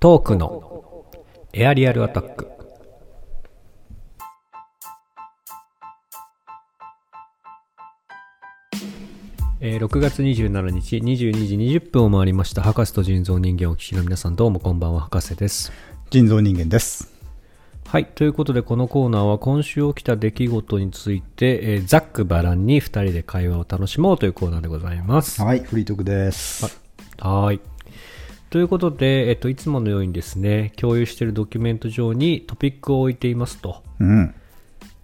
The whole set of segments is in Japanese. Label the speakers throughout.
Speaker 1: トークのエアリアルアタックえー、6月27日22時20分を回りました博士と人造人間をお聞きの皆さんどうもこんばんは博士です
Speaker 2: 人造人間です。
Speaker 1: はいということでこのコーナーは今週起きた出来事について、えーざっくばらんに2人で会話を楽しもうというコーナーでございます
Speaker 2: はい、フリートークです。
Speaker 1: はい。ということで、えっと、いつものようにですね、共有しているドキュメント上にトピックを置いていますと、
Speaker 2: うん。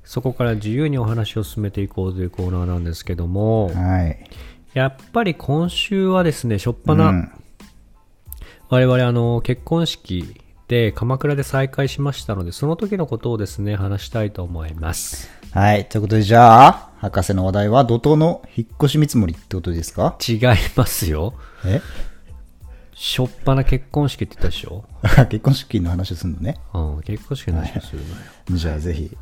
Speaker 1: そこから自由にお話を進めていこうというコーナーなんですけども、
Speaker 2: はい。
Speaker 1: やっぱり今週はですね、しょっぱな、
Speaker 2: うん
Speaker 1: 我々あの、結婚式で鎌倉で再会しましたので、その時のことをですね、話したいと思います。
Speaker 2: はい。ということで、じゃあ、博士の話題は、怒涛の引っ越し見積もりってことですか
Speaker 1: 違いますよ。
Speaker 2: え
Speaker 1: しょっぱな結婚式って言ったでしょ
Speaker 2: 結婚式の話をするのね。
Speaker 1: うん、結婚式の話をするのよ。
Speaker 2: じゃあ、ぜひ、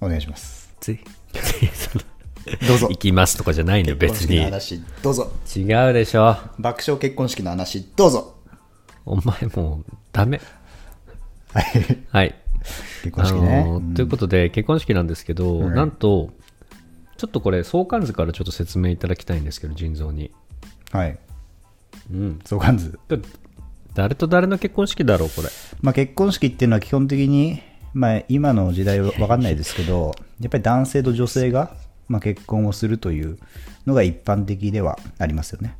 Speaker 2: お願いします。
Speaker 1: ぜひ、ぜひその
Speaker 2: どうぞ
Speaker 1: 行。きますとかじゃないのよ、別に。
Speaker 2: 結婚式の話、どうぞ。
Speaker 1: 違うでしょ。
Speaker 2: 爆笑結婚式の話、どうぞ。
Speaker 1: お前もうダメ。
Speaker 2: はい。
Speaker 1: はい。
Speaker 2: 結婚式ね
Speaker 1: あ。のーということで、結婚式なんですけど、なんと、ちょっとこれ、相関図からちょっと説明いただきたいんですけど、腎臓に。
Speaker 2: はい。
Speaker 1: うん。
Speaker 2: 相関図。
Speaker 1: だ誰と誰の結婚式だろう、これ。
Speaker 2: まあ、結婚式っていうのは基本的に、まあ、今の時代は分かんないですけど、やっぱり男性と女性が、まあ、結婚をするというのが一般的ではありますよね。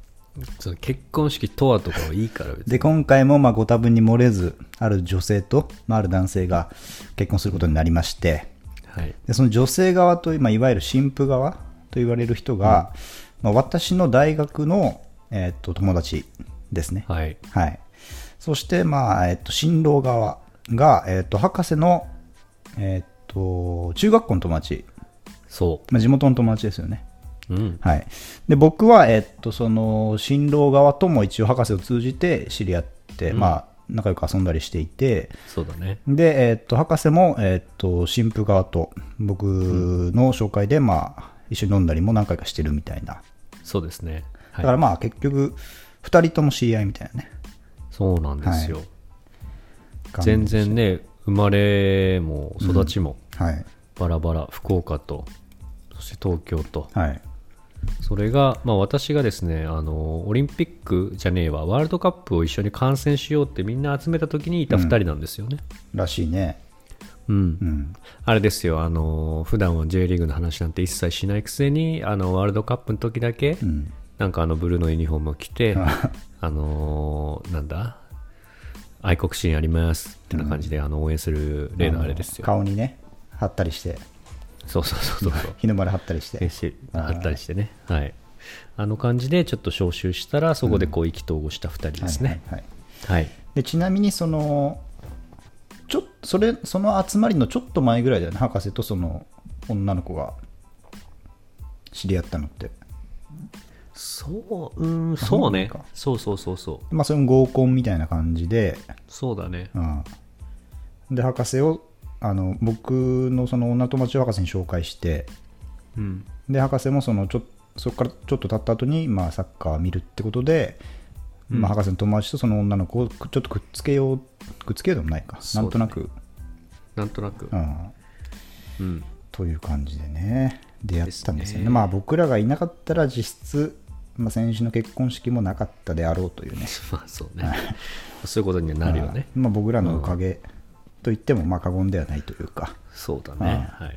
Speaker 1: その結婚式とはとかはいいから、別に。
Speaker 2: で、今回もまあご多分に漏れず、ある女性と、まあ、ある男性が結婚することになりまして、
Speaker 1: はい。
Speaker 2: でその女性側と、まあ、いわゆる新婦側と言われる人が、まあ、私の大学の、えーっと友達ですね。
Speaker 1: はい。
Speaker 2: はい、そして、まあえっと、新郎側が、えっと、博士の、えっと、中学校の友達、
Speaker 1: そ
Speaker 2: まあ、地元の友達ですよね。
Speaker 1: う。うん。
Speaker 2: はい、で僕は、えっと、その新郎側とも一応博士を通じて知り合って、まあ、仲良く遊んだりしていて
Speaker 1: そうだね。
Speaker 2: で、えっと、博士も、えっと、新婦側と僕の紹介で、まあ、一緒に飲んだりも何回かしてるみたいな
Speaker 1: そうですね。
Speaker 2: だか
Speaker 1: は
Speaker 2: ら
Speaker 1: い。
Speaker 2: まあ結局2人とも知り合いみたいなね
Speaker 1: そうなんですよ。
Speaker 2: 感じ
Speaker 1: 全然ね、生まれも育ちも
Speaker 2: はい
Speaker 1: バラバラ、福岡と、そして東京と。
Speaker 2: はい
Speaker 1: それが、まあ、私がですねあのオリンピックじゃねえわワールドカップを一緒に観戦しようってみんな集めた時にいた2人なんですよね。
Speaker 2: らしいね。
Speaker 1: うん
Speaker 2: うん。
Speaker 1: あれですよあの普段は J リーグの話なんて一切しないくせにあのワールドカップの時だけ、
Speaker 2: うん。
Speaker 1: なんかあのブルーのユニフォームを着てあのなんだ愛国心ありますってな感じで、あの応援する例のあれですよ。
Speaker 2: 顔にね、貼ったりして、
Speaker 1: そうそうそうそうそう
Speaker 2: 日の丸貼ったりして。
Speaker 1: 先生あったりしてね、はい、あの感じでちょっと招集したらそこでこう意気投合した2人ですね、
Speaker 2: はいはいはい
Speaker 1: はい、
Speaker 2: でちなみにそのちょっとそれその集まりのちょっと前ぐらいだよね博士とその女の子が知り合ったのって
Speaker 1: そううんそうねそ
Speaker 2: そうか
Speaker 1: うそうそうそう
Speaker 2: まあそれも合コンみたいな感じで、
Speaker 1: そうだね
Speaker 2: うん、で博士をあの僕のその女友達を博士に紹介して
Speaker 1: うん
Speaker 2: で博士もそのちょそこからちょっと経った後にまあサッカーを見るってことで、まあ、博士の友達とその女の子をくちょっとくっつけようくっつけようでもないか、
Speaker 1: そう
Speaker 2: な
Speaker 1: だね
Speaker 2: んとなく、
Speaker 1: なんとなく
Speaker 2: うん、
Speaker 1: うん
Speaker 2: という感じでね出会ったんです
Speaker 1: です
Speaker 2: よね
Speaker 1: ね
Speaker 2: まあ僕らがいなかったら実質、まあ、先週の結婚式もなかったであろうというね
Speaker 1: まあそうねそういうことになるよね
Speaker 2: まあ、僕らのおかげと言ってもまあ過言ではないというか、
Speaker 1: そうだねはい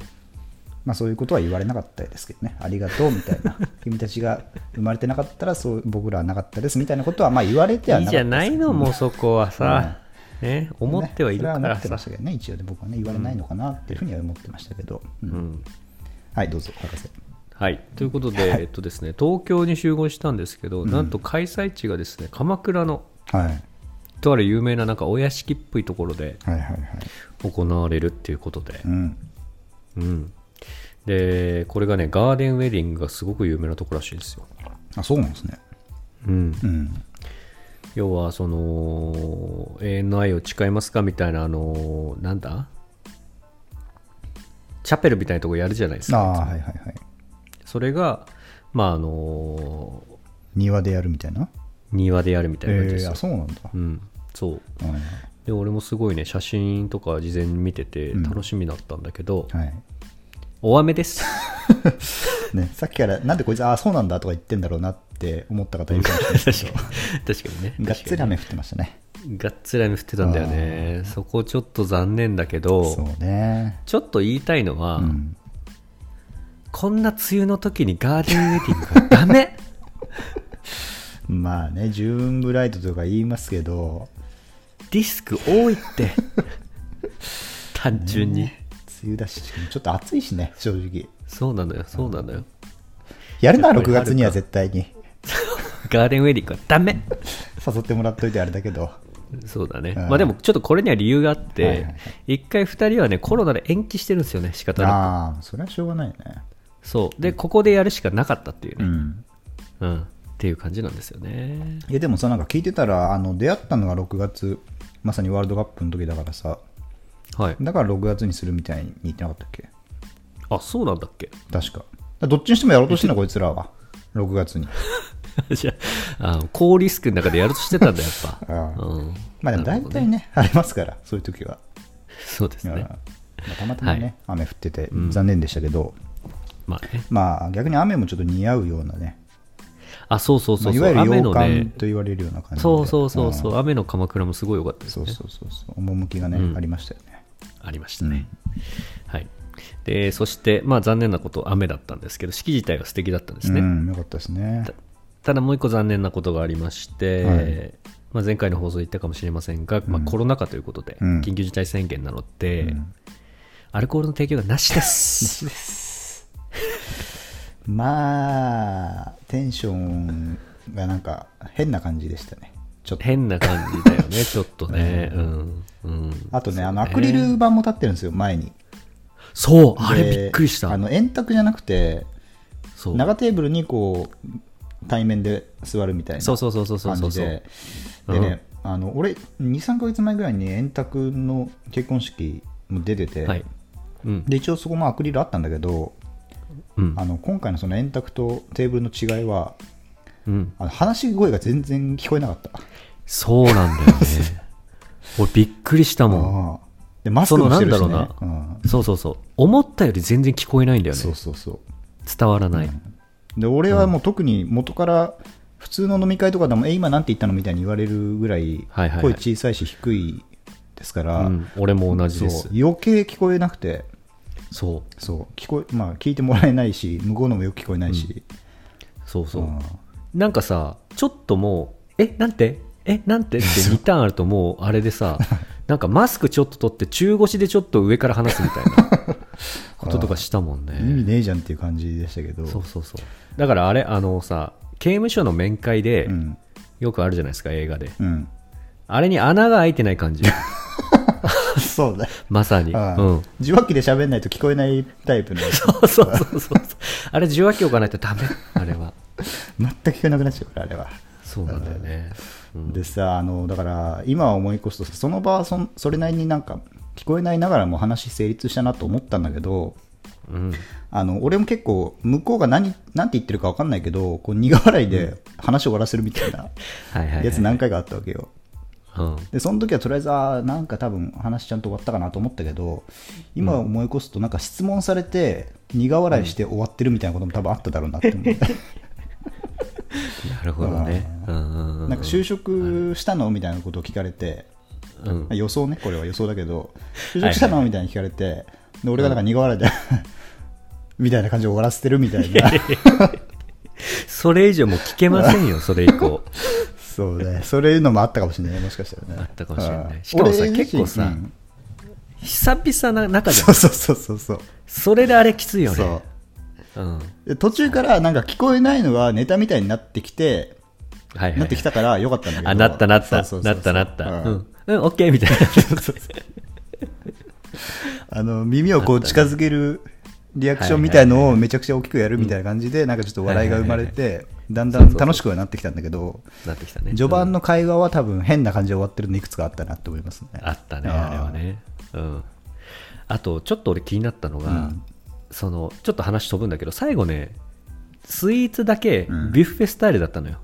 Speaker 2: まあ、そういうことは言われなかったですけどねありがとうみたい な君たちが生まれてなかったらそう僕らはなかったですみたいなことはまあ言われてはい
Speaker 1: い
Speaker 2: な
Speaker 1: じ
Speaker 2: か
Speaker 1: ゃ
Speaker 2: った
Speaker 1: ないのもうそこはさ、ね、思ってはいるか
Speaker 2: ねそれは
Speaker 1: ら
Speaker 2: 思ってま
Speaker 1: さ
Speaker 2: し、たけどね一応で僕はね言われないのかなっていうふうには思ってましたけど、うん
Speaker 1: うん、
Speaker 2: はいどうぞ博士
Speaker 1: はい、ということで、えっとですね、東京に集合したんですけど、なんと開催地がですね鎌倉の
Speaker 2: はい
Speaker 1: とある有名ななんかお屋敷っぽいところで
Speaker 2: はいはいはい
Speaker 1: 行われるっていうことで
Speaker 2: う、ん
Speaker 1: うん、でこれがねガーデンウェディングがすごく有名なところらしいんですよ、
Speaker 2: あそうなんですね
Speaker 1: うん、
Speaker 2: うん
Speaker 1: 要はその永遠の愛を誓いますかみたいなあのなんだチャペルみたいなとこやるじゃないです
Speaker 2: あ
Speaker 1: か
Speaker 2: あはいはいはい
Speaker 1: それがまああの
Speaker 2: 庭でやるみたいな
Speaker 1: 庭でやるみたいな感じです
Speaker 2: えー
Speaker 1: よ
Speaker 2: あ、そうなんだ、
Speaker 1: うん、そう
Speaker 2: うん
Speaker 1: で俺もすごいね写真とか事前に見てて
Speaker 2: ん
Speaker 1: 楽しみだったんだけど、
Speaker 2: はい。
Speaker 1: お雨です
Speaker 2: ね、さっきから、なんでこいつ、ああ、そうなんだとか言ってんだろうなって思った方いるかもしれないです
Speaker 1: 確かに確かにね
Speaker 2: がっつり雨降ってましたね。
Speaker 1: がっつり雨降ってたんだよねそこちょっと残念だけど
Speaker 2: そうね。
Speaker 1: ちょっと言いたいのは、
Speaker 2: うん。
Speaker 1: こんな梅雨の時にガーデンウェディングはダ メ
Speaker 2: まあね、ジューンブライトとか言いますけど、
Speaker 1: リスク多いって単純に、
Speaker 2: 梅雨だし、しかもちょっと暑いしね、正直。
Speaker 1: そうなのよそうなのよ
Speaker 2: やるなら
Speaker 1: やっぱ
Speaker 2: 6
Speaker 1: り春か
Speaker 2: 月には絶対に。
Speaker 1: ガーデンウェディングはダメ
Speaker 2: 誘ってもらっといてあれだけど。
Speaker 1: そうだね、
Speaker 2: うん
Speaker 1: まあでもちょっとこれには理由があっ
Speaker 2: はいはいは
Speaker 1: て、一回2人はねコロナで延期してるんですよね仕方な
Speaker 2: ああ、それはしょうがないよね。
Speaker 1: くそうでここでやるしかなかったっていう
Speaker 2: う
Speaker 1: ね、
Speaker 2: ん。
Speaker 1: うんっていう感じなんですよね
Speaker 2: いやでもさなんか聞いてたらあの出会ったのが6月まさにワールドカップの時だからさ
Speaker 1: はい
Speaker 2: だから6月にするみたいに言ってなかったっけ
Speaker 1: あそうなんだっけ
Speaker 2: 確かだからどっちにしてもやろうとしてんのこいつらは6月に
Speaker 1: じゃああ高リスクの中でやるとしてたんだやっ ぱ
Speaker 2: ああ
Speaker 1: うん
Speaker 2: まあでも大体ね晴れますからそういう時は、
Speaker 1: そうです
Speaker 2: うん
Speaker 1: ね
Speaker 2: まあたまたまね、
Speaker 1: はい
Speaker 2: 雨降ってて残念でしたけど、
Speaker 1: まあね
Speaker 2: まあ逆に雨もちょっと似合うようなね
Speaker 1: あそうそうそうそう、
Speaker 2: まあいわゆる
Speaker 1: 雨
Speaker 2: 洋
Speaker 1: の
Speaker 2: 館
Speaker 1: ね
Speaker 2: と言われるような感じで
Speaker 1: そうそうそう
Speaker 2: うん
Speaker 1: そう、雨の鎌倉もすごい良かったです
Speaker 2: そ
Speaker 1: ね
Speaker 2: うそうそうそう趣がね、
Speaker 1: うん
Speaker 2: ありましたよね
Speaker 1: ありましたね、はいでそしてまあ残念なこと雨だったんですけど式自体は素敵だったんですね、
Speaker 2: うんよかったですね
Speaker 1: たただもう一個残念なことがありまして、
Speaker 2: はい
Speaker 1: まあ、前回の放送で言ったかもしれませんが、まあ、コロナ禍ということで、
Speaker 2: うん
Speaker 1: 緊急事態宣言なので、アルコールの提供がなし です。
Speaker 2: まあテンションがなんか変な感じでしたねちょっと
Speaker 1: 変な感じだよ ね、ちょっとね。うんうん、
Speaker 2: あとねあのアクリル板も立ってるんですよ前に
Speaker 1: そう、あれ
Speaker 2: で
Speaker 1: びっくりした
Speaker 2: あ。の円卓じゃなくて
Speaker 1: そう
Speaker 2: 長テーブルにこう対面で座るみたいな
Speaker 1: そ
Speaker 2: 感
Speaker 1: うそうそうそうそうそう
Speaker 2: じで
Speaker 1: うん
Speaker 2: でねあの俺23ヶ月前ぐらいに円卓の結婚式も出てて、
Speaker 1: はいうん
Speaker 2: で一応そこもアクリルあったんだけど
Speaker 1: うん
Speaker 2: あの今回のその円卓とテーブルの違いは
Speaker 1: うん、
Speaker 2: あの話し声が全然聞こえなかった
Speaker 1: そうなんだよ ね。俺びっくりしたもん。
Speaker 2: ああでマスクもしてるし、ね、
Speaker 1: そのなんだろ
Speaker 2: うん
Speaker 1: そうそうそう。思ったより全然聞こえないんだよね
Speaker 2: そ。うそうそう
Speaker 1: 伝わらない。
Speaker 2: で俺はもう特に元から普通の飲み会とかでも、え今なんて言ったのみたいに言われるぐらい
Speaker 1: はいはいはい
Speaker 2: 声小さいし低いですから、
Speaker 1: うん、俺も同じ
Speaker 2: そう
Speaker 1: です。
Speaker 2: 余計聞こえなくて
Speaker 1: そう
Speaker 2: そう聞こえ、まあ、聞いてもらえな いし向こうのもよく聞こえないし、
Speaker 1: そうそう、
Speaker 2: うん
Speaker 1: なんかさちょっともうえなんてえなんてって2ターンあるともうあれで さなんかマスクちょっと取って中腰でちょっと上から話すみたいな こととかしたもん
Speaker 2: 意味
Speaker 1: ね
Speaker 2: ねえじゃんっていう感じでしたけど
Speaker 1: そうそうそうだからあれあのさ刑務所の面会で、
Speaker 2: うん
Speaker 1: よくあるじゃないですか映画で
Speaker 2: うん、
Speaker 1: あれに穴が開いてない感 じ
Speaker 2: そうだ、
Speaker 1: まさに、うん
Speaker 2: ああ受話器で喋んないと聞こえないタイプの
Speaker 1: そうそうそうそうあれ受話器置かないとダメあれは
Speaker 2: 全く聞こえなくなっちゃうからあれは
Speaker 1: そうなんだよね、うん
Speaker 2: でさあのだから今思い越すとその場はそんそれなりになんか聞こえないながらも話成立したなと思ったんだけど
Speaker 1: うん、
Speaker 2: あの俺も結構向こうが何なんて言ってるか分かんないけどこう苦笑いで話を終わらせるみたいな
Speaker 1: はいはい、はい、
Speaker 2: やつ何回かあったわけよ
Speaker 1: うん、
Speaker 2: でその時はとりあえずあーなんか多分話ちゃんと終わったかなと思ったけど今思い越すとなんか質問されて苦笑いして終わってるみたいなことも多分あっただろうなって思って
Speaker 1: なるほどねうんうんうん
Speaker 2: なんか就職したのみたいなことを聞かれて
Speaker 1: うん
Speaker 2: まあ予想ね、これは予想だけど、就職したのみたいに聞かれて、で俺がなんか苦笑いで、 みたいな感じで終わらせてるみた いな、
Speaker 1: それ以上もう聞けません よ、それ以降。
Speaker 2: そうね、そういうのもあったかもしれない、もしかしたらね。
Speaker 1: あったかもしれない
Speaker 2: うん
Speaker 1: しかもさ
Speaker 2: 俺自身
Speaker 1: 結構さ
Speaker 2: うん
Speaker 1: 久々な中じゃ
Speaker 2: そ
Speaker 1: ん
Speaker 2: う。そうそうそうそう。
Speaker 1: それであれきついよ
Speaker 2: そ
Speaker 1: ね
Speaker 2: う。
Speaker 1: うん。
Speaker 2: で途中からなんか聞こえないのはネタみたいになってきて、
Speaker 1: はいはい。
Speaker 2: なってきたからよかったんだけど。
Speaker 1: あ、なったなった。
Speaker 2: そうそ
Speaker 1: な
Speaker 2: うそう
Speaker 1: っ
Speaker 2: そ
Speaker 1: た
Speaker 2: う
Speaker 1: なった。う
Speaker 2: うん
Speaker 1: ん。うん、オッケーみたい
Speaker 2: あの耳をこう近づけるリアクションみたいのをめちゃくちゃ大きくやるみたいな感じで、なんかちょっと笑いが生まれて、だんだん楽しくはなってきたんだけど、
Speaker 1: な。なってきたね。
Speaker 2: 序盤
Speaker 1: の。
Speaker 2: の会話は多分変な感じで終わってるのいくつかあったなって思いますね。
Speaker 1: あったね、
Speaker 2: あー
Speaker 1: あれはね。うん。あと、ちょっと俺気になったのが、その、ちょっと話飛ぶんだけど、最後ね、スイーツだけビュッフェスタイルだったのよ。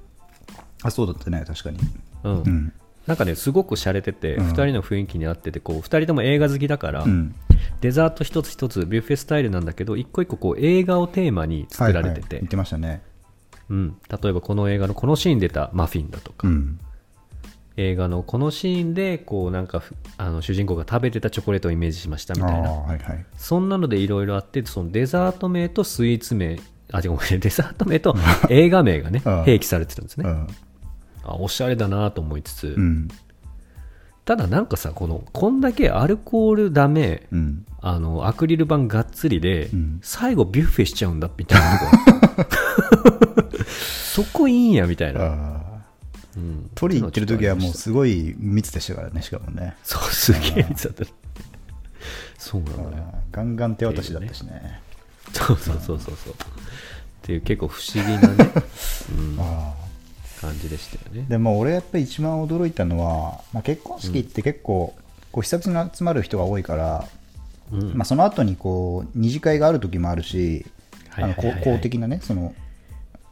Speaker 2: あそうだったね、確かに。
Speaker 1: うん。
Speaker 2: うん。
Speaker 1: なんかねすごく洒落てて、
Speaker 2: うん
Speaker 1: 2人の雰囲気に合っててこう2人とも映画好きだから、
Speaker 2: うん。
Speaker 1: デザート一つ一つビュッフェスタイルなんだけど一個一個こう映画をテーマに作られて
Speaker 2: は
Speaker 1: て、
Speaker 2: いはい言ってましたね。
Speaker 1: うん、例えばこの映画のこのシーンに出たマフィンだとか、
Speaker 2: うん。
Speaker 1: 映画のこのシーンでこうなんかふあの主人公が食べてたチョコレートをイメージしましたみ
Speaker 2: ああ
Speaker 1: たいな
Speaker 2: ー、はいはい。
Speaker 1: そんなのでいろいろあってそのデザート名とスイーツ名あ違うごめん デザート名と映画名がね
Speaker 2: ああ
Speaker 1: 併記されてるんですね、
Speaker 2: うん
Speaker 1: あおしゃれだなと思いつつ、
Speaker 2: うん。
Speaker 1: ただなんかさこのこんだけアルコールダメ、
Speaker 2: うん。
Speaker 1: あのアクリル板がっつりで、
Speaker 2: うん
Speaker 1: 最後ビュッフェしちゃうんだみたいなのが そこいいんやみたいな、
Speaker 2: ああ。
Speaker 1: うん
Speaker 2: 取りに行ってる時はもうすごい密でしたからね、しかもね。
Speaker 1: そうすげえ密だったそうなのよ
Speaker 2: あーガンガン手渡しだったしね。
Speaker 1: そうそうそうそうそうっていう結構不思議な ね、うん
Speaker 2: ああ。
Speaker 1: 感じでしたよね
Speaker 2: でも俺やっぱり一番驚いたのは、まあ、結婚式って結構、こう久々に集まる人が多いから、
Speaker 1: うん
Speaker 2: まあ、その後にこう二次会がある時もあるし、
Speaker 1: はいはいはいはい
Speaker 2: あの公公的なねその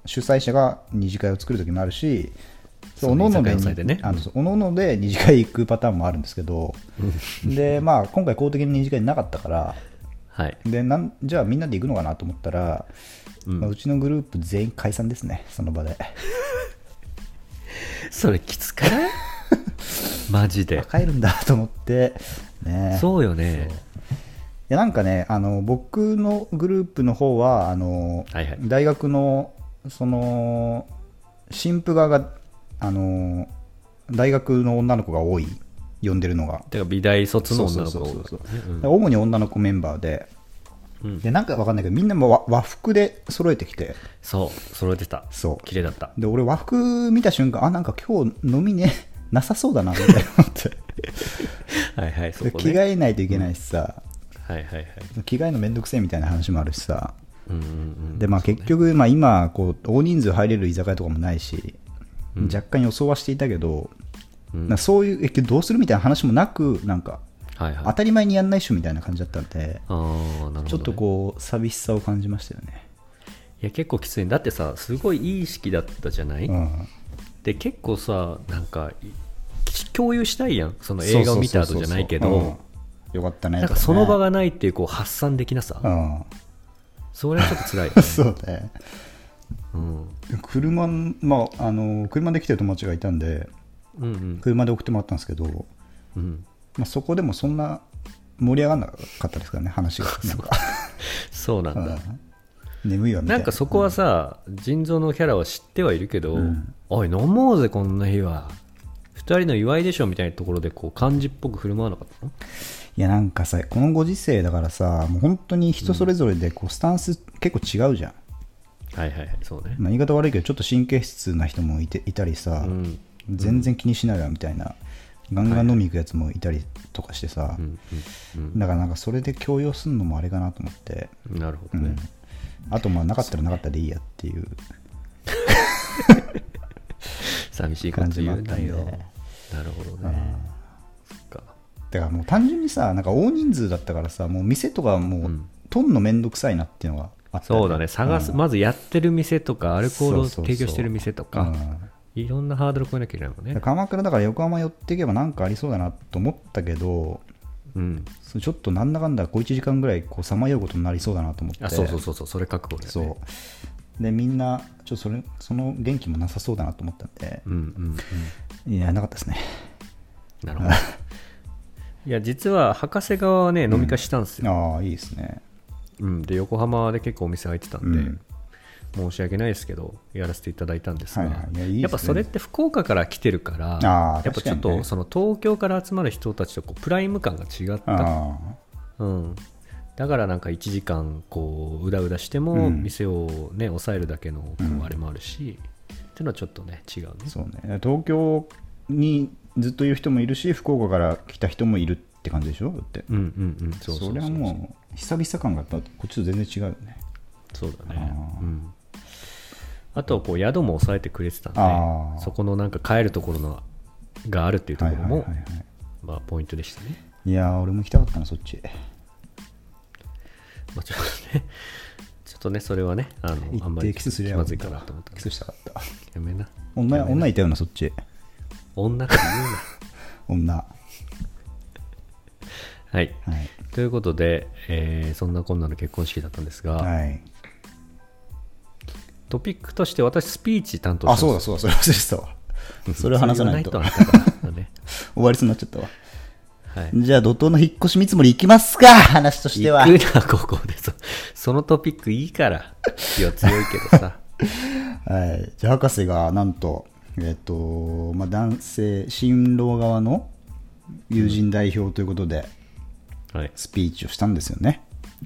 Speaker 2: 主催者が二次会を作る時もあるし
Speaker 1: そうね
Speaker 2: おのおので
Speaker 1: 居酒屋でね
Speaker 2: あのそうおのおので二次会行くパターンもあるんですけど、でまあ、今回公的な二次会なかったから
Speaker 1: はい
Speaker 2: でなんじゃあみんなで行くのかなと思ったら、うまあ、うちのグループ全員解散ですねその場で
Speaker 1: それきつか ないマジで
Speaker 2: 帰るんだと思ってね
Speaker 1: そうよね
Speaker 2: いやなんかねあの僕のグループの方はあの、
Speaker 1: はいはい
Speaker 2: 大学のその新婦側があの大学の女の子が多い呼んでるのが
Speaker 1: だから美大卒の女の子
Speaker 2: そう
Speaker 1: が
Speaker 2: そう
Speaker 1: 多
Speaker 2: そ
Speaker 1: か
Speaker 2: う
Speaker 1: った
Speaker 2: そう
Speaker 1: ねうん
Speaker 2: 主に女の子メンバーで、
Speaker 1: うん
Speaker 2: でなんかわかんないけどみんなも和和服で揃えてきて
Speaker 1: そう揃えてた
Speaker 2: そう
Speaker 1: 綺麗だ った
Speaker 2: で俺和服見た瞬間あなんか今日飲みね なさそうだなみたいな思って
Speaker 1: はいはいそ
Speaker 2: で
Speaker 1: こ
Speaker 2: 着
Speaker 1: ね
Speaker 2: 替えないといけないしさ、
Speaker 1: はいはいはい
Speaker 2: 着替えるのめんどくせえみたいな話もあるしさ
Speaker 1: うんうんうん
Speaker 2: でまあ結局、まあ、今こう大人数入れる居酒屋とかもないし、若干予想はしていたけど、
Speaker 1: うん
Speaker 2: なんかそういうえ今日どうするみたいな話もなくなんか
Speaker 1: はいはい
Speaker 2: 当たり前にやんないっしょみたいな感じだったんで、
Speaker 1: あーなるほどね
Speaker 2: ちょっとこう寂しさを感じましたよね、
Speaker 1: いや結構きついだってさすごいいい式だったじゃない、
Speaker 2: うん、
Speaker 1: で結構さなんかい共有したいやんその映画を見た後じゃないけ
Speaker 2: そうそうそう
Speaker 1: ど
Speaker 2: そううんよかったね
Speaker 1: なんかその場がないっていうこう発散的なさ、
Speaker 2: うん、
Speaker 1: それはちょっと辛いよね
Speaker 2: そうね
Speaker 1: うん、
Speaker 2: 車,、まあ、あの車で来てる友達がいたんで
Speaker 1: うんうん
Speaker 2: 車で送ってもらったんですけど、
Speaker 1: うん
Speaker 2: まあ、そこでもそんな盛り上がらなかったですからね話がなんか
Speaker 1: そうなんだ、
Speaker 2: うん眠いわみたいな
Speaker 1: なんかそこはさ腎臓のキャラは知ってはいるけど、
Speaker 2: ん
Speaker 1: おい飲もうぜこんな日は2人の祝いでしょみたいなところでこう漢字っぽく振る舞わなかったの
Speaker 2: いやなんかさこのご時世だからさもう本当に人それぞれでこうスタンス結構違うじゃん、
Speaker 1: はいはいはいそうね
Speaker 2: まあ、言い方悪いけどちょっと神経質な人もいていたりさ、
Speaker 1: うん
Speaker 2: 全然気にしないわみたいなガンガン飲み行くやつもいたりとかしてさ、
Speaker 1: うんうん
Speaker 2: だからなんかそれで強要するのもあれかなと思って、
Speaker 1: うんなるほ
Speaker 2: う
Speaker 1: どね、
Speaker 2: んあとまあなかったらなかったでいいやっていう
Speaker 1: 寂しいこと言うな
Speaker 2: 感じ
Speaker 1: よ
Speaker 2: もあったんで
Speaker 1: なるほどねそっか
Speaker 2: だからもう単純にさなんか大人数だったからさもう店とかもう取んのめんどくさいなっていうのがあったよね、
Speaker 1: そうだね探す、まずやってる店とかアルコールを提供してる店とか
Speaker 2: そうそうそううん
Speaker 1: いろんなハードル越えなきゃいけないもんね
Speaker 2: 鎌倉だから横浜寄っていけばなんかありそうだなと思ったけど
Speaker 1: うん
Speaker 2: そうちょっとなんだかんだこう1時間ぐらいこうさまようことになりそうだなと思って
Speaker 1: あそうそうそうそうそれ覚悟だよね
Speaker 2: そうでみんなちょっとそれその元気もなさそうだなと思ったんで
Speaker 1: うんうんうん
Speaker 2: いやなかったですね
Speaker 1: な るほどいや実は博士側はね飲み会したんですよ、
Speaker 2: ああいいですね
Speaker 1: うんで横浜で結構お店入ってたんで、
Speaker 2: うん
Speaker 1: 申し訳ないですけどやらせていただいたんですが、
Speaker 2: はいはいいやいいですね
Speaker 1: やっぱそれって福岡から来てるから
Speaker 2: あー
Speaker 1: やっぱちょっ
Speaker 2: 確かにね
Speaker 1: とその東京から集まる人たちとこうプライム感が違った
Speaker 2: あ
Speaker 1: うん、だからなんか1時間こううだうだしても
Speaker 2: うん
Speaker 1: 店を、ね抑えるだけのこうあれもあるし、っていうのはちょっとね違うね
Speaker 2: あそうね東京にずっといる人もいるし福岡から来た人もいるって感じでしょだって
Speaker 1: うんうんうんそうそうそう
Speaker 2: それはもう久々感がやっぱこっちと全然違うよね
Speaker 1: そうだねうんあとこう宿も抑えてくれてたん
Speaker 2: あー
Speaker 1: でそこのなんか帰るところのがあるっていうところも、
Speaker 2: はいはいはいは
Speaker 1: まあ、ポイントでしたね、
Speaker 2: いいやー俺も行きたかったなそっち
Speaker 1: まあ、ちょっとね ちょっとねそれはねあのあん
Speaker 2: 行っ
Speaker 1: ま
Speaker 2: て
Speaker 1: り
Speaker 2: キスすりゃ
Speaker 1: 気
Speaker 2: よか
Speaker 1: ま
Speaker 2: った
Speaker 1: ずいかなと思ったん
Speaker 2: キ
Speaker 1: で
Speaker 2: スしたかった
Speaker 1: やめな
Speaker 2: 女女いたよなそっち
Speaker 1: 女って言う な。
Speaker 2: 女。は
Speaker 1: はい。
Speaker 2: い。
Speaker 1: ということで、えーそんなこんなの結婚式だったんですが、
Speaker 2: はい。
Speaker 1: トピックとして私スピーチ担当
Speaker 2: あ、そうだ
Speaker 1: だ
Speaker 2: そうだ、それ忘れてたわ。それを話さないと
Speaker 1: 言わ
Speaker 2: 終
Speaker 1: ないとあれだから ね。
Speaker 2: わりそうになっちゃったわ。
Speaker 1: はい。
Speaker 2: じゃあ、怒涛の引っ越し見積もりいきますか、話としては。
Speaker 1: 行くな、ここでそ。そのトピックいいから。いや、強いけど さ。
Speaker 2: はい、じゃあ博士がなんと、えっとまあ、男性新郎側の友人代表ということで
Speaker 1: はい。
Speaker 2: スピーチをしたんですよね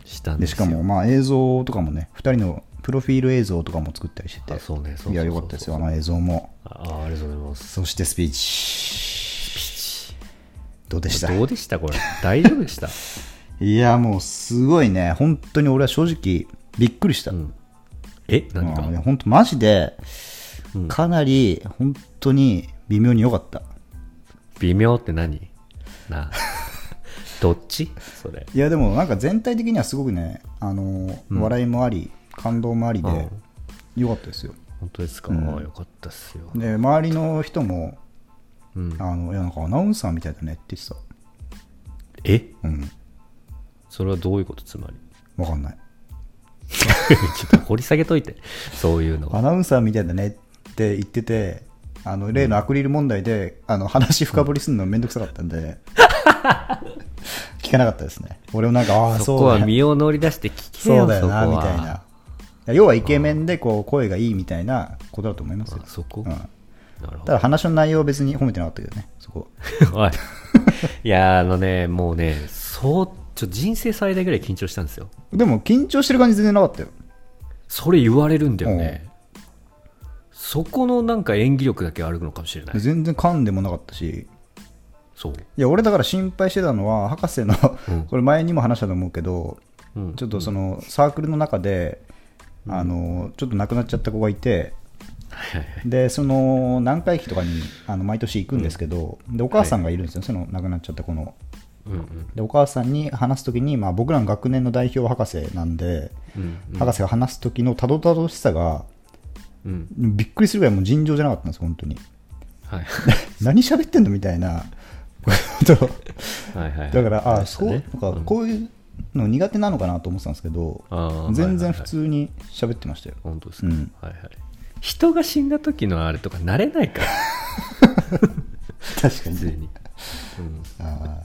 Speaker 1: したん
Speaker 2: で
Speaker 1: で
Speaker 2: し
Speaker 1: す
Speaker 2: か
Speaker 1: よ。
Speaker 2: もまあ映像とかもね2人のプロフィール映像とかも作ったりしてて
Speaker 1: あそうねそうそうそうそう
Speaker 2: やよかったですよあの映像も
Speaker 1: ああありがとうございます。
Speaker 2: そしてスピーチどうでした
Speaker 1: どうでしたこれ。大丈夫で した。
Speaker 2: いやもうすごいね本当に俺は正直びっくりした、
Speaker 1: うん。え何
Speaker 2: うんい
Speaker 1: か
Speaker 2: や本当マジでかなり本当に微妙に良かった、
Speaker 1: 微妙って何 なあ。どっちそれ。
Speaker 2: いやでもなんか全体的にはすごくね、あのー笑いもあり感動もあり
Speaker 1: う
Speaker 2: で
Speaker 1: ん
Speaker 2: 良かったですよ、
Speaker 1: 本当ですか、ああよかったっすよ。
Speaker 2: で周りの人も
Speaker 1: うん。
Speaker 2: あのいやなんかアナウンサーみたいだねって言ってた
Speaker 1: え
Speaker 2: うん
Speaker 1: それはどういうことつまり
Speaker 2: わかんない
Speaker 1: ちょっと掘り下げといて。そういうのは。
Speaker 2: アナウンサーみたいだねって言っててあの例のアクリル問題で、あの話深掘りするのめんどくさかったんで、 聞かなかったですね俺もなんかああ
Speaker 1: そ
Speaker 2: そう
Speaker 1: こは
Speaker 2: だね
Speaker 1: 身を乗り出して聞け
Speaker 2: そ
Speaker 1: よ、
Speaker 2: うだよな
Speaker 1: そこ
Speaker 2: み
Speaker 1: は
Speaker 2: たいな要はイケメンでこう声がいいみたいなことだと思いますよ
Speaker 1: あ、そこ、
Speaker 2: うん
Speaker 1: なるほど
Speaker 2: ただ話の内容は別に褒めてなかったけどね、そこ。
Speaker 1: おい。いや、あのね、もうね、そう、ちょ、人生最大ぐらい緊張したんですよ。
Speaker 2: でも緊張してる感じ全然なかったよ。
Speaker 1: それ言われるんだよね。そこのなんか演技力だけあるのかもしれない。
Speaker 2: 全然噛んでもなかったし。
Speaker 1: そう。
Speaker 2: いや、俺だから心配してたのは、博士の、
Speaker 1: うん
Speaker 2: これ前にも話したと思うけど、
Speaker 1: うん
Speaker 2: ちょっとそのサークルの中で、あの、ちょっと亡くなっちゃった子がいて、
Speaker 1: はいはいはい
Speaker 2: で、その、南海駅とかにあの毎年行くんですけど、で、お母さんがいるんですよ、その亡くなっちゃった子の。
Speaker 1: うんうん
Speaker 2: で、お母さんに話すときに、まあ僕らの学年の代表は博士なんで、
Speaker 1: うん
Speaker 2: 博士が話すときのたどたどしさが、
Speaker 1: うん。
Speaker 2: びっくりするぐらいもう尋常じゃなかったんです本当に
Speaker 1: はい。
Speaker 2: 何喋ってんのみたいな ことを
Speaker 1: はいはいはい。
Speaker 2: だからああ
Speaker 1: そ
Speaker 2: そうう
Speaker 1: で
Speaker 2: な
Speaker 1: す
Speaker 2: ん
Speaker 1: ね
Speaker 2: かこういうの苦手なのかなと思ってたんですけど
Speaker 1: あー
Speaker 2: 全
Speaker 1: はいは
Speaker 2: 然
Speaker 1: い
Speaker 2: 普
Speaker 1: はい
Speaker 2: 通に喋ってましたよ
Speaker 1: 本当ですか、
Speaker 2: うん
Speaker 1: はいはい。人が死んだ時のあれとか慣れないから、
Speaker 2: 確か
Speaker 1: 普
Speaker 2: に
Speaker 1: 通に。うん
Speaker 2: あ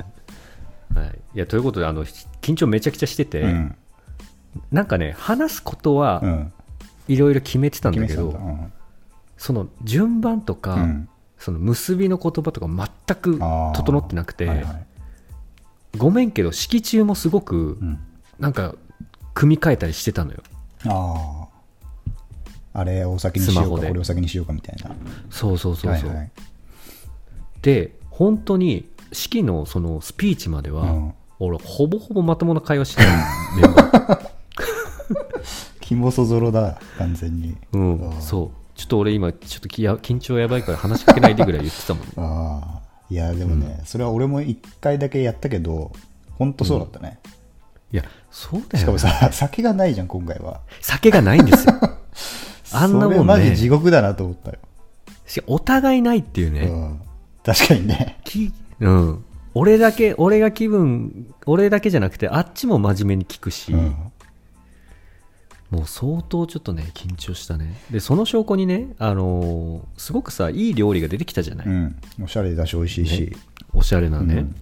Speaker 1: はい、いやということであの緊張めちゃくちゃしてて、
Speaker 2: ーうん
Speaker 1: なんかね話すこと
Speaker 2: う
Speaker 1: は
Speaker 2: ん
Speaker 1: いろいろ決めてたん
Speaker 2: 決
Speaker 1: だ
Speaker 2: め
Speaker 1: け
Speaker 2: てた
Speaker 1: ど、
Speaker 2: んだうん
Speaker 1: その順番とか、
Speaker 2: うん
Speaker 1: その結びの言葉とか全く
Speaker 2: あー
Speaker 1: 整ってなくて、
Speaker 2: はいはい
Speaker 1: ごめんけど式中もすごく、
Speaker 2: うん
Speaker 1: なんか組み替えたりしてたのよ
Speaker 2: あああれお酒にしよ
Speaker 1: スマ
Speaker 2: う
Speaker 1: ホ
Speaker 2: か
Speaker 1: で
Speaker 2: これお酒にしようかみたいな
Speaker 1: そうそうそうそう、
Speaker 2: はいはい
Speaker 1: で本当に式のそのスピーチまでは、
Speaker 2: うん
Speaker 1: 俺ほぼほぼまともな会話してない メンバー
Speaker 2: キモそぞろだ完全に
Speaker 1: うんそうちょっと俺今ちょっときや緊張やばいから話しかけないでぐらい言ってたもんね
Speaker 2: ああいやでもね、それは俺も一回だけやったけど本当そうだったね、
Speaker 1: いやそうだ
Speaker 2: しか
Speaker 1: よ
Speaker 2: も
Speaker 1: ね
Speaker 2: さ 酒がないじゃん今回は
Speaker 1: 酒がないん ですよあんな
Speaker 2: そ
Speaker 1: も
Speaker 2: れ
Speaker 1: ん
Speaker 2: マ
Speaker 1: ね
Speaker 2: ジ地獄だなと思ったよ、
Speaker 1: しお互いないっていうね、
Speaker 2: うん、確かにね
Speaker 1: きうん、俺だけ俺が気分俺だけじゃなくてあっちも真面目に聞くし、
Speaker 2: うん
Speaker 1: もう相当ちょっとね緊張したねでその証拠にね、あのーすごくさいい料理が出てきたじゃない、
Speaker 2: うん、おしゃれだし美味しいし、
Speaker 1: ねおしゃれなね、
Speaker 2: うん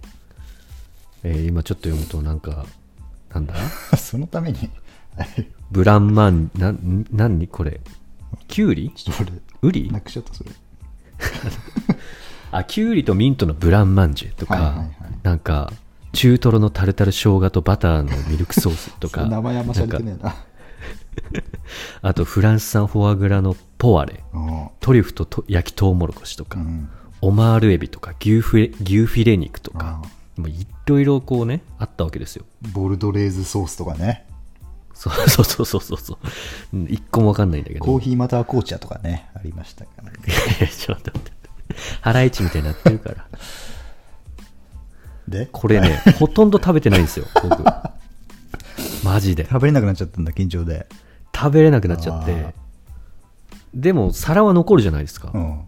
Speaker 1: えー今ちょっと読むとなんかなんだ
Speaker 2: そのために
Speaker 1: ブランマンなん何これキュウリ
Speaker 2: ちょっと
Speaker 1: ウリ
Speaker 2: 俺なくしちゃったそれ
Speaker 1: あキュウリとミントのブランマンジュとか、
Speaker 2: はいはいはい
Speaker 1: なんか中トロのタルタル生姜とバターのミルクソースとか
Speaker 2: 名前あんましゃれてねえな
Speaker 1: あとフランス産フォアグラのポワレ
Speaker 2: うん
Speaker 1: トリュフとと焼きトウモロコシと
Speaker 2: う
Speaker 1: か、
Speaker 2: ん
Speaker 1: オマールエビとか牛フィレ牛フィレ肉とか
Speaker 2: あ、
Speaker 1: もういろいろこうねあったわけですよ
Speaker 2: ボルドレーズソースとかね
Speaker 1: そう そうそうそうそうそううん一個もわかんないんだけど
Speaker 2: コーヒーまたは紅茶とかねありましたから、ね、
Speaker 1: いや ちょっと待ってハライチみたいになってるから
Speaker 2: で
Speaker 1: これ ねほとんど食べてないんですよ僕マジで
Speaker 2: 食べれなくなっちゃったんだ緊張で
Speaker 1: 食べれなくなっちゃっ
Speaker 2: あー
Speaker 1: てでも皿は残るじゃないですか、
Speaker 2: うん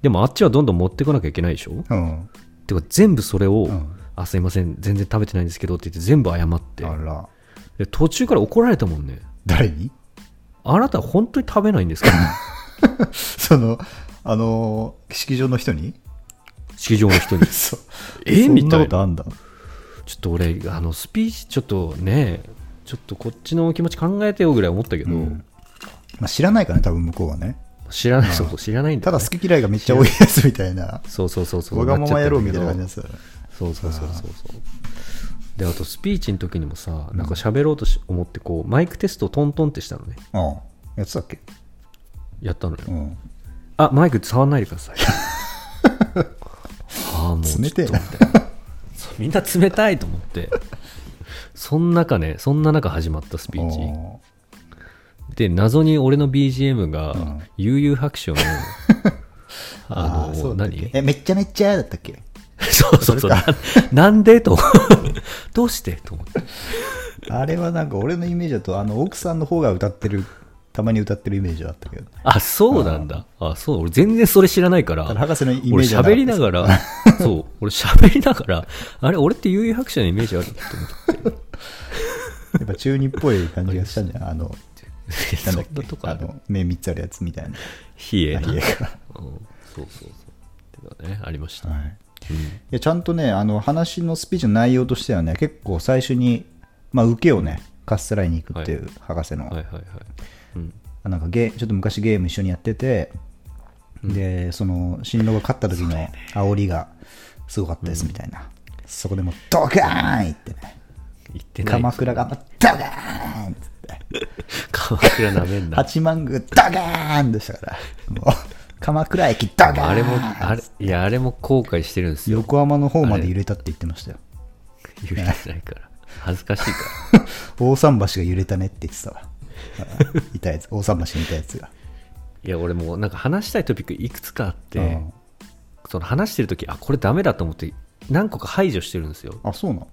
Speaker 1: でもあっちはどんどん持ってこなきゃいけないでしょ
Speaker 2: うん。
Speaker 1: てか全部それを、
Speaker 2: ん
Speaker 1: あすいません全然食べてないんですけどって言って全部謝って
Speaker 2: あら、
Speaker 1: で途中から怒られたもんね
Speaker 2: 誰に
Speaker 1: あなた本当に食べないんですか
Speaker 2: その、あの、式場の人に
Speaker 1: 式場の人に
Speaker 2: そう。
Speaker 1: え
Speaker 2: そん
Speaker 1: みた
Speaker 2: なこ
Speaker 1: いな
Speaker 2: とあんだ。
Speaker 1: ちょっと俺あのスピーチちょっとねちょっとこっちの気持ち考えてよぐらい思ったけど、
Speaker 2: うんまあ、知らないからね、多分向こうはね。
Speaker 1: 知らないそうそう知らないんだ
Speaker 2: た
Speaker 1: よ
Speaker 2: だ
Speaker 1: ね、
Speaker 2: 好き嫌いがめっちゃ多いやつみたいな、
Speaker 1: そうそう そうそう
Speaker 2: わがまま野郎みたいな感じ
Speaker 1: な
Speaker 2: で
Speaker 1: っち
Speaker 2: すよね。
Speaker 1: ゃったんだけどそうそうそうそうそうであとスピーチの時にもさなんか喋ろうとし思ってこうマイクテストをトントンってしたのね
Speaker 2: うん。やってたっけ
Speaker 1: やったのよ、
Speaker 2: うん。
Speaker 1: あマイク触んないでく ださいああもう
Speaker 2: 冷てえ
Speaker 1: ちょっとみたいなそうみんな冷たいと思ってそん中ねそんな中始まったスピーチ
Speaker 2: お
Speaker 1: で謎に俺の BGM が
Speaker 2: ん
Speaker 1: 「悠々白書の」 あ
Speaker 2: ー
Speaker 1: の
Speaker 2: そうだっけ
Speaker 1: 何
Speaker 2: え、めっちゃめっちゃだったっけ
Speaker 1: そうそうそうななん でとどうしてと思って
Speaker 2: あれはなんか俺のイメージだと、あの、奥さんの方が歌ってる、たまに歌ってるイメージだったけど。
Speaker 1: あそうなんだあそう俺全然それ知らないから
Speaker 2: だから博士のイメー
Speaker 1: 俺
Speaker 2: ジはな
Speaker 1: 喋
Speaker 2: かった
Speaker 1: りながら そう俺喋りながらあれ俺って悠々白書のイメージあると思って
Speaker 2: やっぱ中二っぽい感じがしたんじゃん。あの、なん
Speaker 1: そ
Speaker 2: だ
Speaker 1: ん
Speaker 2: っ
Speaker 1: なと
Speaker 2: け
Speaker 1: こあ
Speaker 2: あ
Speaker 1: る
Speaker 2: の、目3つあるやつみたいな。
Speaker 1: 冷え
Speaker 2: あ
Speaker 1: な
Speaker 2: 家が。
Speaker 1: うんそうそうそうっていうのはねありました、
Speaker 2: はい、いやちゃんとねあの話のスピーチの内容としてはね結構最初に、まあ、受けをねカステラに行くっていう、博士の、
Speaker 1: はいはいはい、うん、
Speaker 2: あなんかゲーちょっと昔ゲーム一緒にやってて、でその新郎が勝った時の煽りがすごかったですみたいな、そこでもうドカーンいってね
Speaker 1: 言ってない
Speaker 2: 鎌倉がもうドカーンっつって
Speaker 1: 鎌倉なめんな
Speaker 2: 八幡宮ドカーンでしたからもう鎌倉駅ドカーン
Speaker 1: あれもあれいやあれも後悔してるんですよ
Speaker 2: 横浜の方まで揺れたって言ってましたよ
Speaker 1: 言えてないから恥ずかしいか
Speaker 2: 大桟橋が揺れたねって言ってたわうんいたやつ大桟橋にいたやつが
Speaker 1: らいや俺もうなんか話したいトピックいくつかあって、
Speaker 2: うん
Speaker 1: その話してる時あこれダメだと思って何個か排除してるんですよ
Speaker 2: あそうなの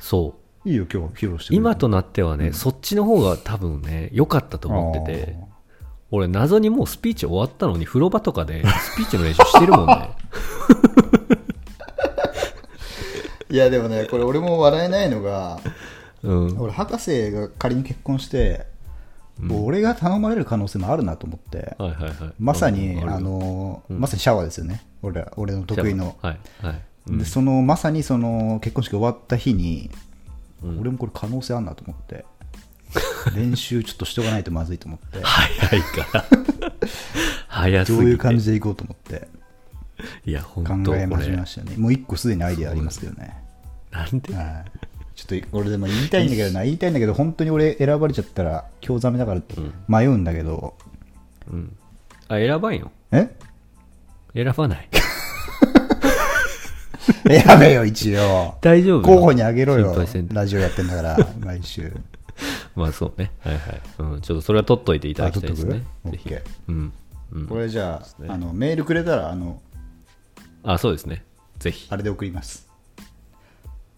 Speaker 1: そう
Speaker 2: いいよ今日披露してくれて
Speaker 1: 今となってはね、そっちの方が多分ね良かったと思ってて俺謎にもうスピーチ終わったのに風呂場とかでスピーチの練習してるもん ね
Speaker 2: いやでもねこれ俺も笑えないのが
Speaker 1: うん
Speaker 2: 俺博士が仮に結婚して、もう俺が頼まれる可能性もあるなと思って、
Speaker 1: はいはいはい
Speaker 2: まさに、
Speaker 1: うん
Speaker 2: あのーまさにシャワーですよね俺ら俺の得意の、
Speaker 1: はいはい
Speaker 2: でそのまさにその結婚式終わった日に、俺もこれ可能性あるなと思って 練習ちょっとしとかないとまずいと思って
Speaker 1: 早いから 早すぎ
Speaker 2: どう
Speaker 1: て
Speaker 2: いう感じでいこうと思って
Speaker 1: いや本当
Speaker 2: 考
Speaker 1: これ
Speaker 2: えまし
Speaker 1: な
Speaker 2: ましたねもう一個すでにアイデアありますけどね、
Speaker 1: んで
Speaker 2: はい、ちょっと俺でも言いたいんだけどな言いたいんだけど本当に俺選ばれちゃったら興ざめだから迷うんだけど、
Speaker 1: うんあ選ばんよ
Speaker 2: え
Speaker 1: 選ばない
Speaker 2: 選べよ一応
Speaker 1: 大丈夫
Speaker 2: 候補にあげろよ
Speaker 1: 心配せんで
Speaker 2: ラジオやってんだから毎 週
Speaker 1: まあそうねはいはい、うん、ちょっとそれは取っといていただきたいですね
Speaker 2: あ取っとく
Speaker 1: ぜひう
Speaker 2: OK
Speaker 1: ん、うん、
Speaker 2: これじゃあ,、あのメールくれたらあの
Speaker 1: あそうですねぜひ
Speaker 2: あれで送ります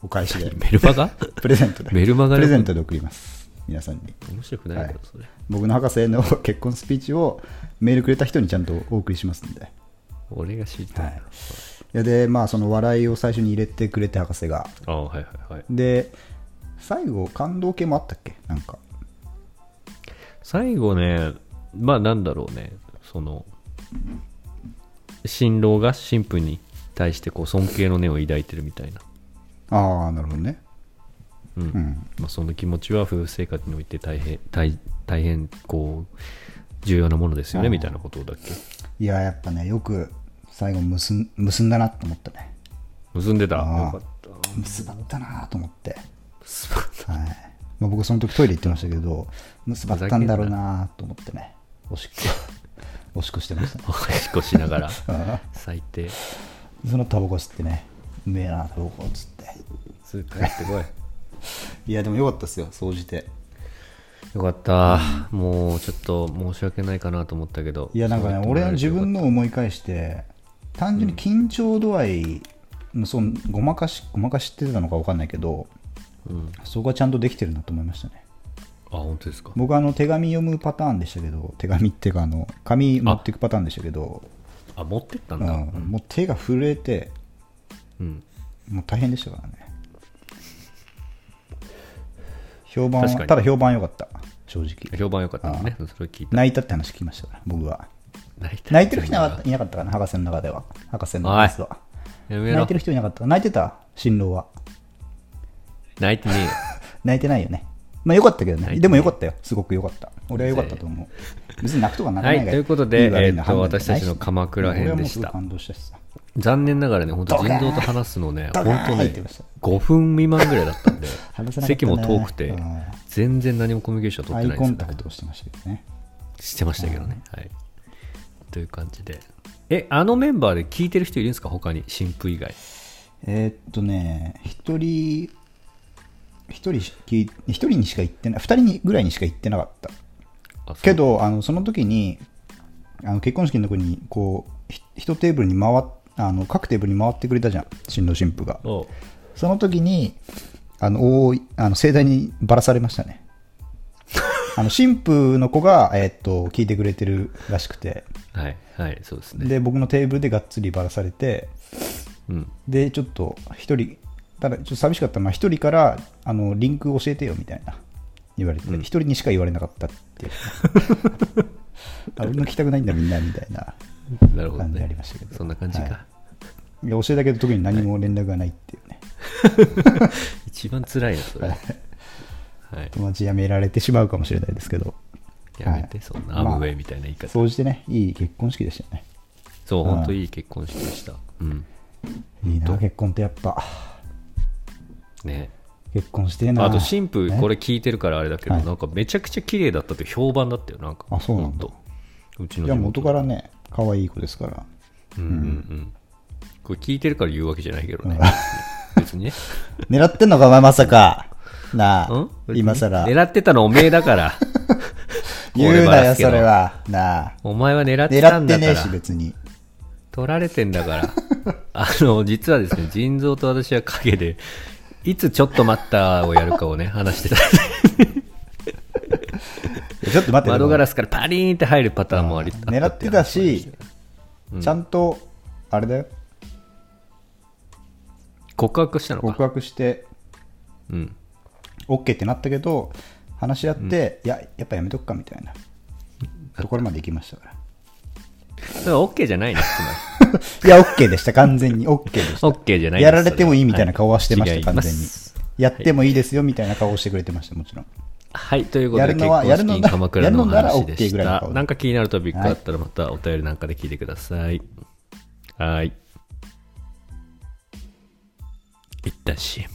Speaker 2: お返し で
Speaker 1: メルマガ
Speaker 2: プレゼントで
Speaker 1: メルマガ
Speaker 2: プ
Speaker 1: で
Speaker 2: レゼントで送ります皆さんに
Speaker 1: 面白くないけどそれ、
Speaker 2: 僕の博士の結婚スピーチをメールくれた人にちゃんとお送りしますんで
Speaker 1: 俺が知りたいな、
Speaker 2: はいいやでまあその笑いを最初に入れてくれて博士が
Speaker 1: あはいはいはい
Speaker 2: で最後感動系もあったっけなんか
Speaker 1: 最後ねまあなんだろうねその新郎が新婦に対してこう尊敬の念を抱いてるみたいな、
Speaker 2: ああなるほどね
Speaker 1: うん
Speaker 2: うん
Speaker 1: まあ、その気持ちは夫婦生活において大変大大変こう重要なものですよねみたいなことだっけ
Speaker 2: いややっぱねよく最後結ん結んだなと思ったね
Speaker 1: 結んでたよ
Speaker 2: あー
Speaker 1: かった
Speaker 2: 結ばったなと思って、
Speaker 1: すまん
Speaker 2: はいまあ、僕その時トイレ行ってましたけど結ばったんだろうなと思ってねおしっこおしっこしてましたね
Speaker 1: おしっこしながら
Speaker 2: あ
Speaker 1: 最低
Speaker 2: ーそのタバコ吸ってねうめえなタバコっつって
Speaker 1: すぐ帰ってこい
Speaker 2: いやでもよかったですよ総じて
Speaker 1: よかったもうちょっと申し訳ないかなと思ったけど
Speaker 2: いやなんかね俺は自分のを思い返して単純に緊張度合いのそのごまかしごまかしってたのか分かんないけど、そこはちゃんとできてるなと思いましたね
Speaker 1: あ本当ですか
Speaker 2: 僕はあの手紙読むパターンでしたけど手紙っていうかあの紙持っていくパターンでしたけど
Speaker 1: あ持ってったん
Speaker 2: う
Speaker 1: だ、
Speaker 2: ん、もう手が震えて
Speaker 1: うん、
Speaker 2: もう大変でしたからね評判は
Speaker 1: 確かに
Speaker 2: ただ評判良かった正直
Speaker 1: 評判良かったのね、それを聞いた。
Speaker 2: 泣いたって話聞きましたから僕は
Speaker 1: 泣いた
Speaker 2: 泣いてる人いなかったいなかったかな博士の中では博士の話は
Speaker 1: やめ
Speaker 2: 泣
Speaker 1: ろ
Speaker 2: いて。る人いなかった泣いてた新郎は
Speaker 1: 泣いてね
Speaker 2: 泣いてないよねまあよかったけ
Speaker 1: 泣い
Speaker 2: ど
Speaker 1: てな
Speaker 2: ね
Speaker 1: い
Speaker 2: でもよかったよすごくよかった俺はよかったと思う別に泣くとか
Speaker 1: えよ。
Speaker 2: 泣か
Speaker 1: は
Speaker 2: ない
Speaker 1: い、
Speaker 2: が
Speaker 1: ということで、
Speaker 2: 悪
Speaker 1: え
Speaker 2: い
Speaker 1: ーっと
Speaker 2: の判断
Speaker 1: 私た
Speaker 2: じゃない
Speaker 1: ちの鎌倉編でし
Speaker 2: 俺はもうすごい
Speaker 1: た。
Speaker 2: 感動したしさ
Speaker 1: 残念ながらね、本当
Speaker 2: ドカー
Speaker 1: 人
Speaker 2: ン
Speaker 1: 道と話すのね、
Speaker 2: ド
Speaker 1: 本
Speaker 2: カーン
Speaker 1: 当
Speaker 2: 入
Speaker 1: ね
Speaker 2: ってました、
Speaker 1: 5分未満ぐらいだったんで
Speaker 2: 話せなかった、ね
Speaker 1: 席も遠くて
Speaker 2: うん、
Speaker 1: 全然何もコミュニケーション取
Speaker 2: ア
Speaker 1: って
Speaker 2: イ
Speaker 1: ないんで
Speaker 2: コ
Speaker 1: す
Speaker 2: ン
Speaker 1: よ
Speaker 2: タクトをしてましたけどね
Speaker 1: してましたけどね。はい。という感じで。え、あのメンバーで聞いてる人いるんですか他に、新婦以外。
Speaker 2: えーっとね、一人、一人しき、一人にしか行ってない、二人にぐらいにしか行ってなかった。
Speaker 1: あそう
Speaker 2: けど、あのその時に、あの結婚式のとこに、こう、ひ一テーブルに回っあの各テーブルに回ってくれたじゃん、新郎新婦が。
Speaker 1: おう
Speaker 2: その時に、あの、おーいあの盛大にばらされましたね。あの新婦の子が、えーっと、聞いてくれてるらしくて、
Speaker 1: はい、はい、そうですね。
Speaker 2: で、僕のテーブルでがっつりばらされて、
Speaker 1: うん。
Speaker 2: でちょっと一人ただちょっと寂しかったのは一人からあのリンク教えてよみたいな言われて一、人にしか言われなかったっていうあ俺の聞きたくないんだみんなみたいな
Speaker 1: なるほど
Speaker 2: 感じあり
Speaker 1: ね
Speaker 2: ましたけ。ど
Speaker 1: そんな感じ
Speaker 2: はい
Speaker 1: か。
Speaker 2: いや教えたけど特に何も連絡がないっていうね、
Speaker 1: 一番辛い な、それ。はい。
Speaker 2: 友達辞められてしまうかもしれないですけど
Speaker 1: やめて、
Speaker 2: はい
Speaker 1: そんなアムウェイみたいな言い方。
Speaker 2: 総じてねいい結婚式でしたね
Speaker 1: そう、本当いい結婚式でした。うん。
Speaker 2: いいな結婚ってやっぱ
Speaker 1: ね。
Speaker 2: 結婚してえな
Speaker 1: あと、新婦、これ聞いてるからあれだけど、
Speaker 2: はい
Speaker 1: なんかめちゃくちゃ綺麗だったって評判だったよ、なんか。
Speaker 2: あそうなんだ
Speaker 1: ほとうちの
Speaker 2: い
Speaker 1: 地
Speaker 2: や
Speaker 1: 元
Speaker 2: 元からね可愛い子ですから
Speaker 1: うんうんうん。これ聞いてるから言うわけじゃないけ どね。別にね。
Speaker 2: 狙ってんのかお前まさかな
Speaker 1: う
Speaker 2: あ
Speaker 1: ん
Speaker 2: 今さら
Speaker 1: 狙ってたのおめえだから。
Speaker 2: 言う
Speaker 1: これば
Speaker 2: な
Speaker 1: ら
Speaker 2: よ、
Speaker 1: すけど
Speaker 2: それ。は。なあ。
Speaker 1: お前は狙ってた
Speaker 2: 狙
Speaker 1: ん
Speaker 2: って
Speaker 1: だか
Speaker 2: ね
Speaker 1: ら。
Speaker 2: えし、別に。
Speaker 1: 取られてんだから。 あの、実はですね、腎臓と私は陰で、いつちょっと待ったをやるかをね、話 してた。
Speaker 2: ちょっと待って、
Speaker 1: 窓ガ
Speaker 2: で
Speaker 1: ラスからパリーンって入るパターンもあり。
Speaker 2: も狙ってたし、ちゃんと、あれだよ、
Speaker 1: 告白したの
Speaker 2: 告
Speaker 1: か。
Speaker 2: 白して、
Speaker 1: うん。
Speaker 2: OK ってなったけど、話し合って、いや、やっぱやめとくかみたいなところまで行きましたから。
Speaker 1: それは OK じゃないね、つまり。
Speaker 2: いや、OK でした、完全に OK で した。
Speaker 1: OK じゃないです
Speaker 2: やられてもいいみたいな顔はしてまし
Speaker 1: は
Speaker 2: た、
Speaker 1: い
Speaker 2: 完全
Speaker 1: 違い
Speaker 2: に
Speaker 1: ます。
Speaker 2: やってもいいですよみたいな顔をしてくれてました、もちろん。
Speaker 1: はい、ということ
Speaker 2: や
Speaker 1: で、
Speaker 2: る
Speaker 1: 結
Speaker 2: のは
Speaker 1: 婚式に鎌倉のお
Speaker 2: やるのなら
Speaker 1: 話でし
Speaker 2: OK ぐらいの
Speaker 1: た。
Speaker 2: 顔
Speaker 1: なんか気になるトピックあったら、またお便りなんかで聞いてください。はい。一旦 CM。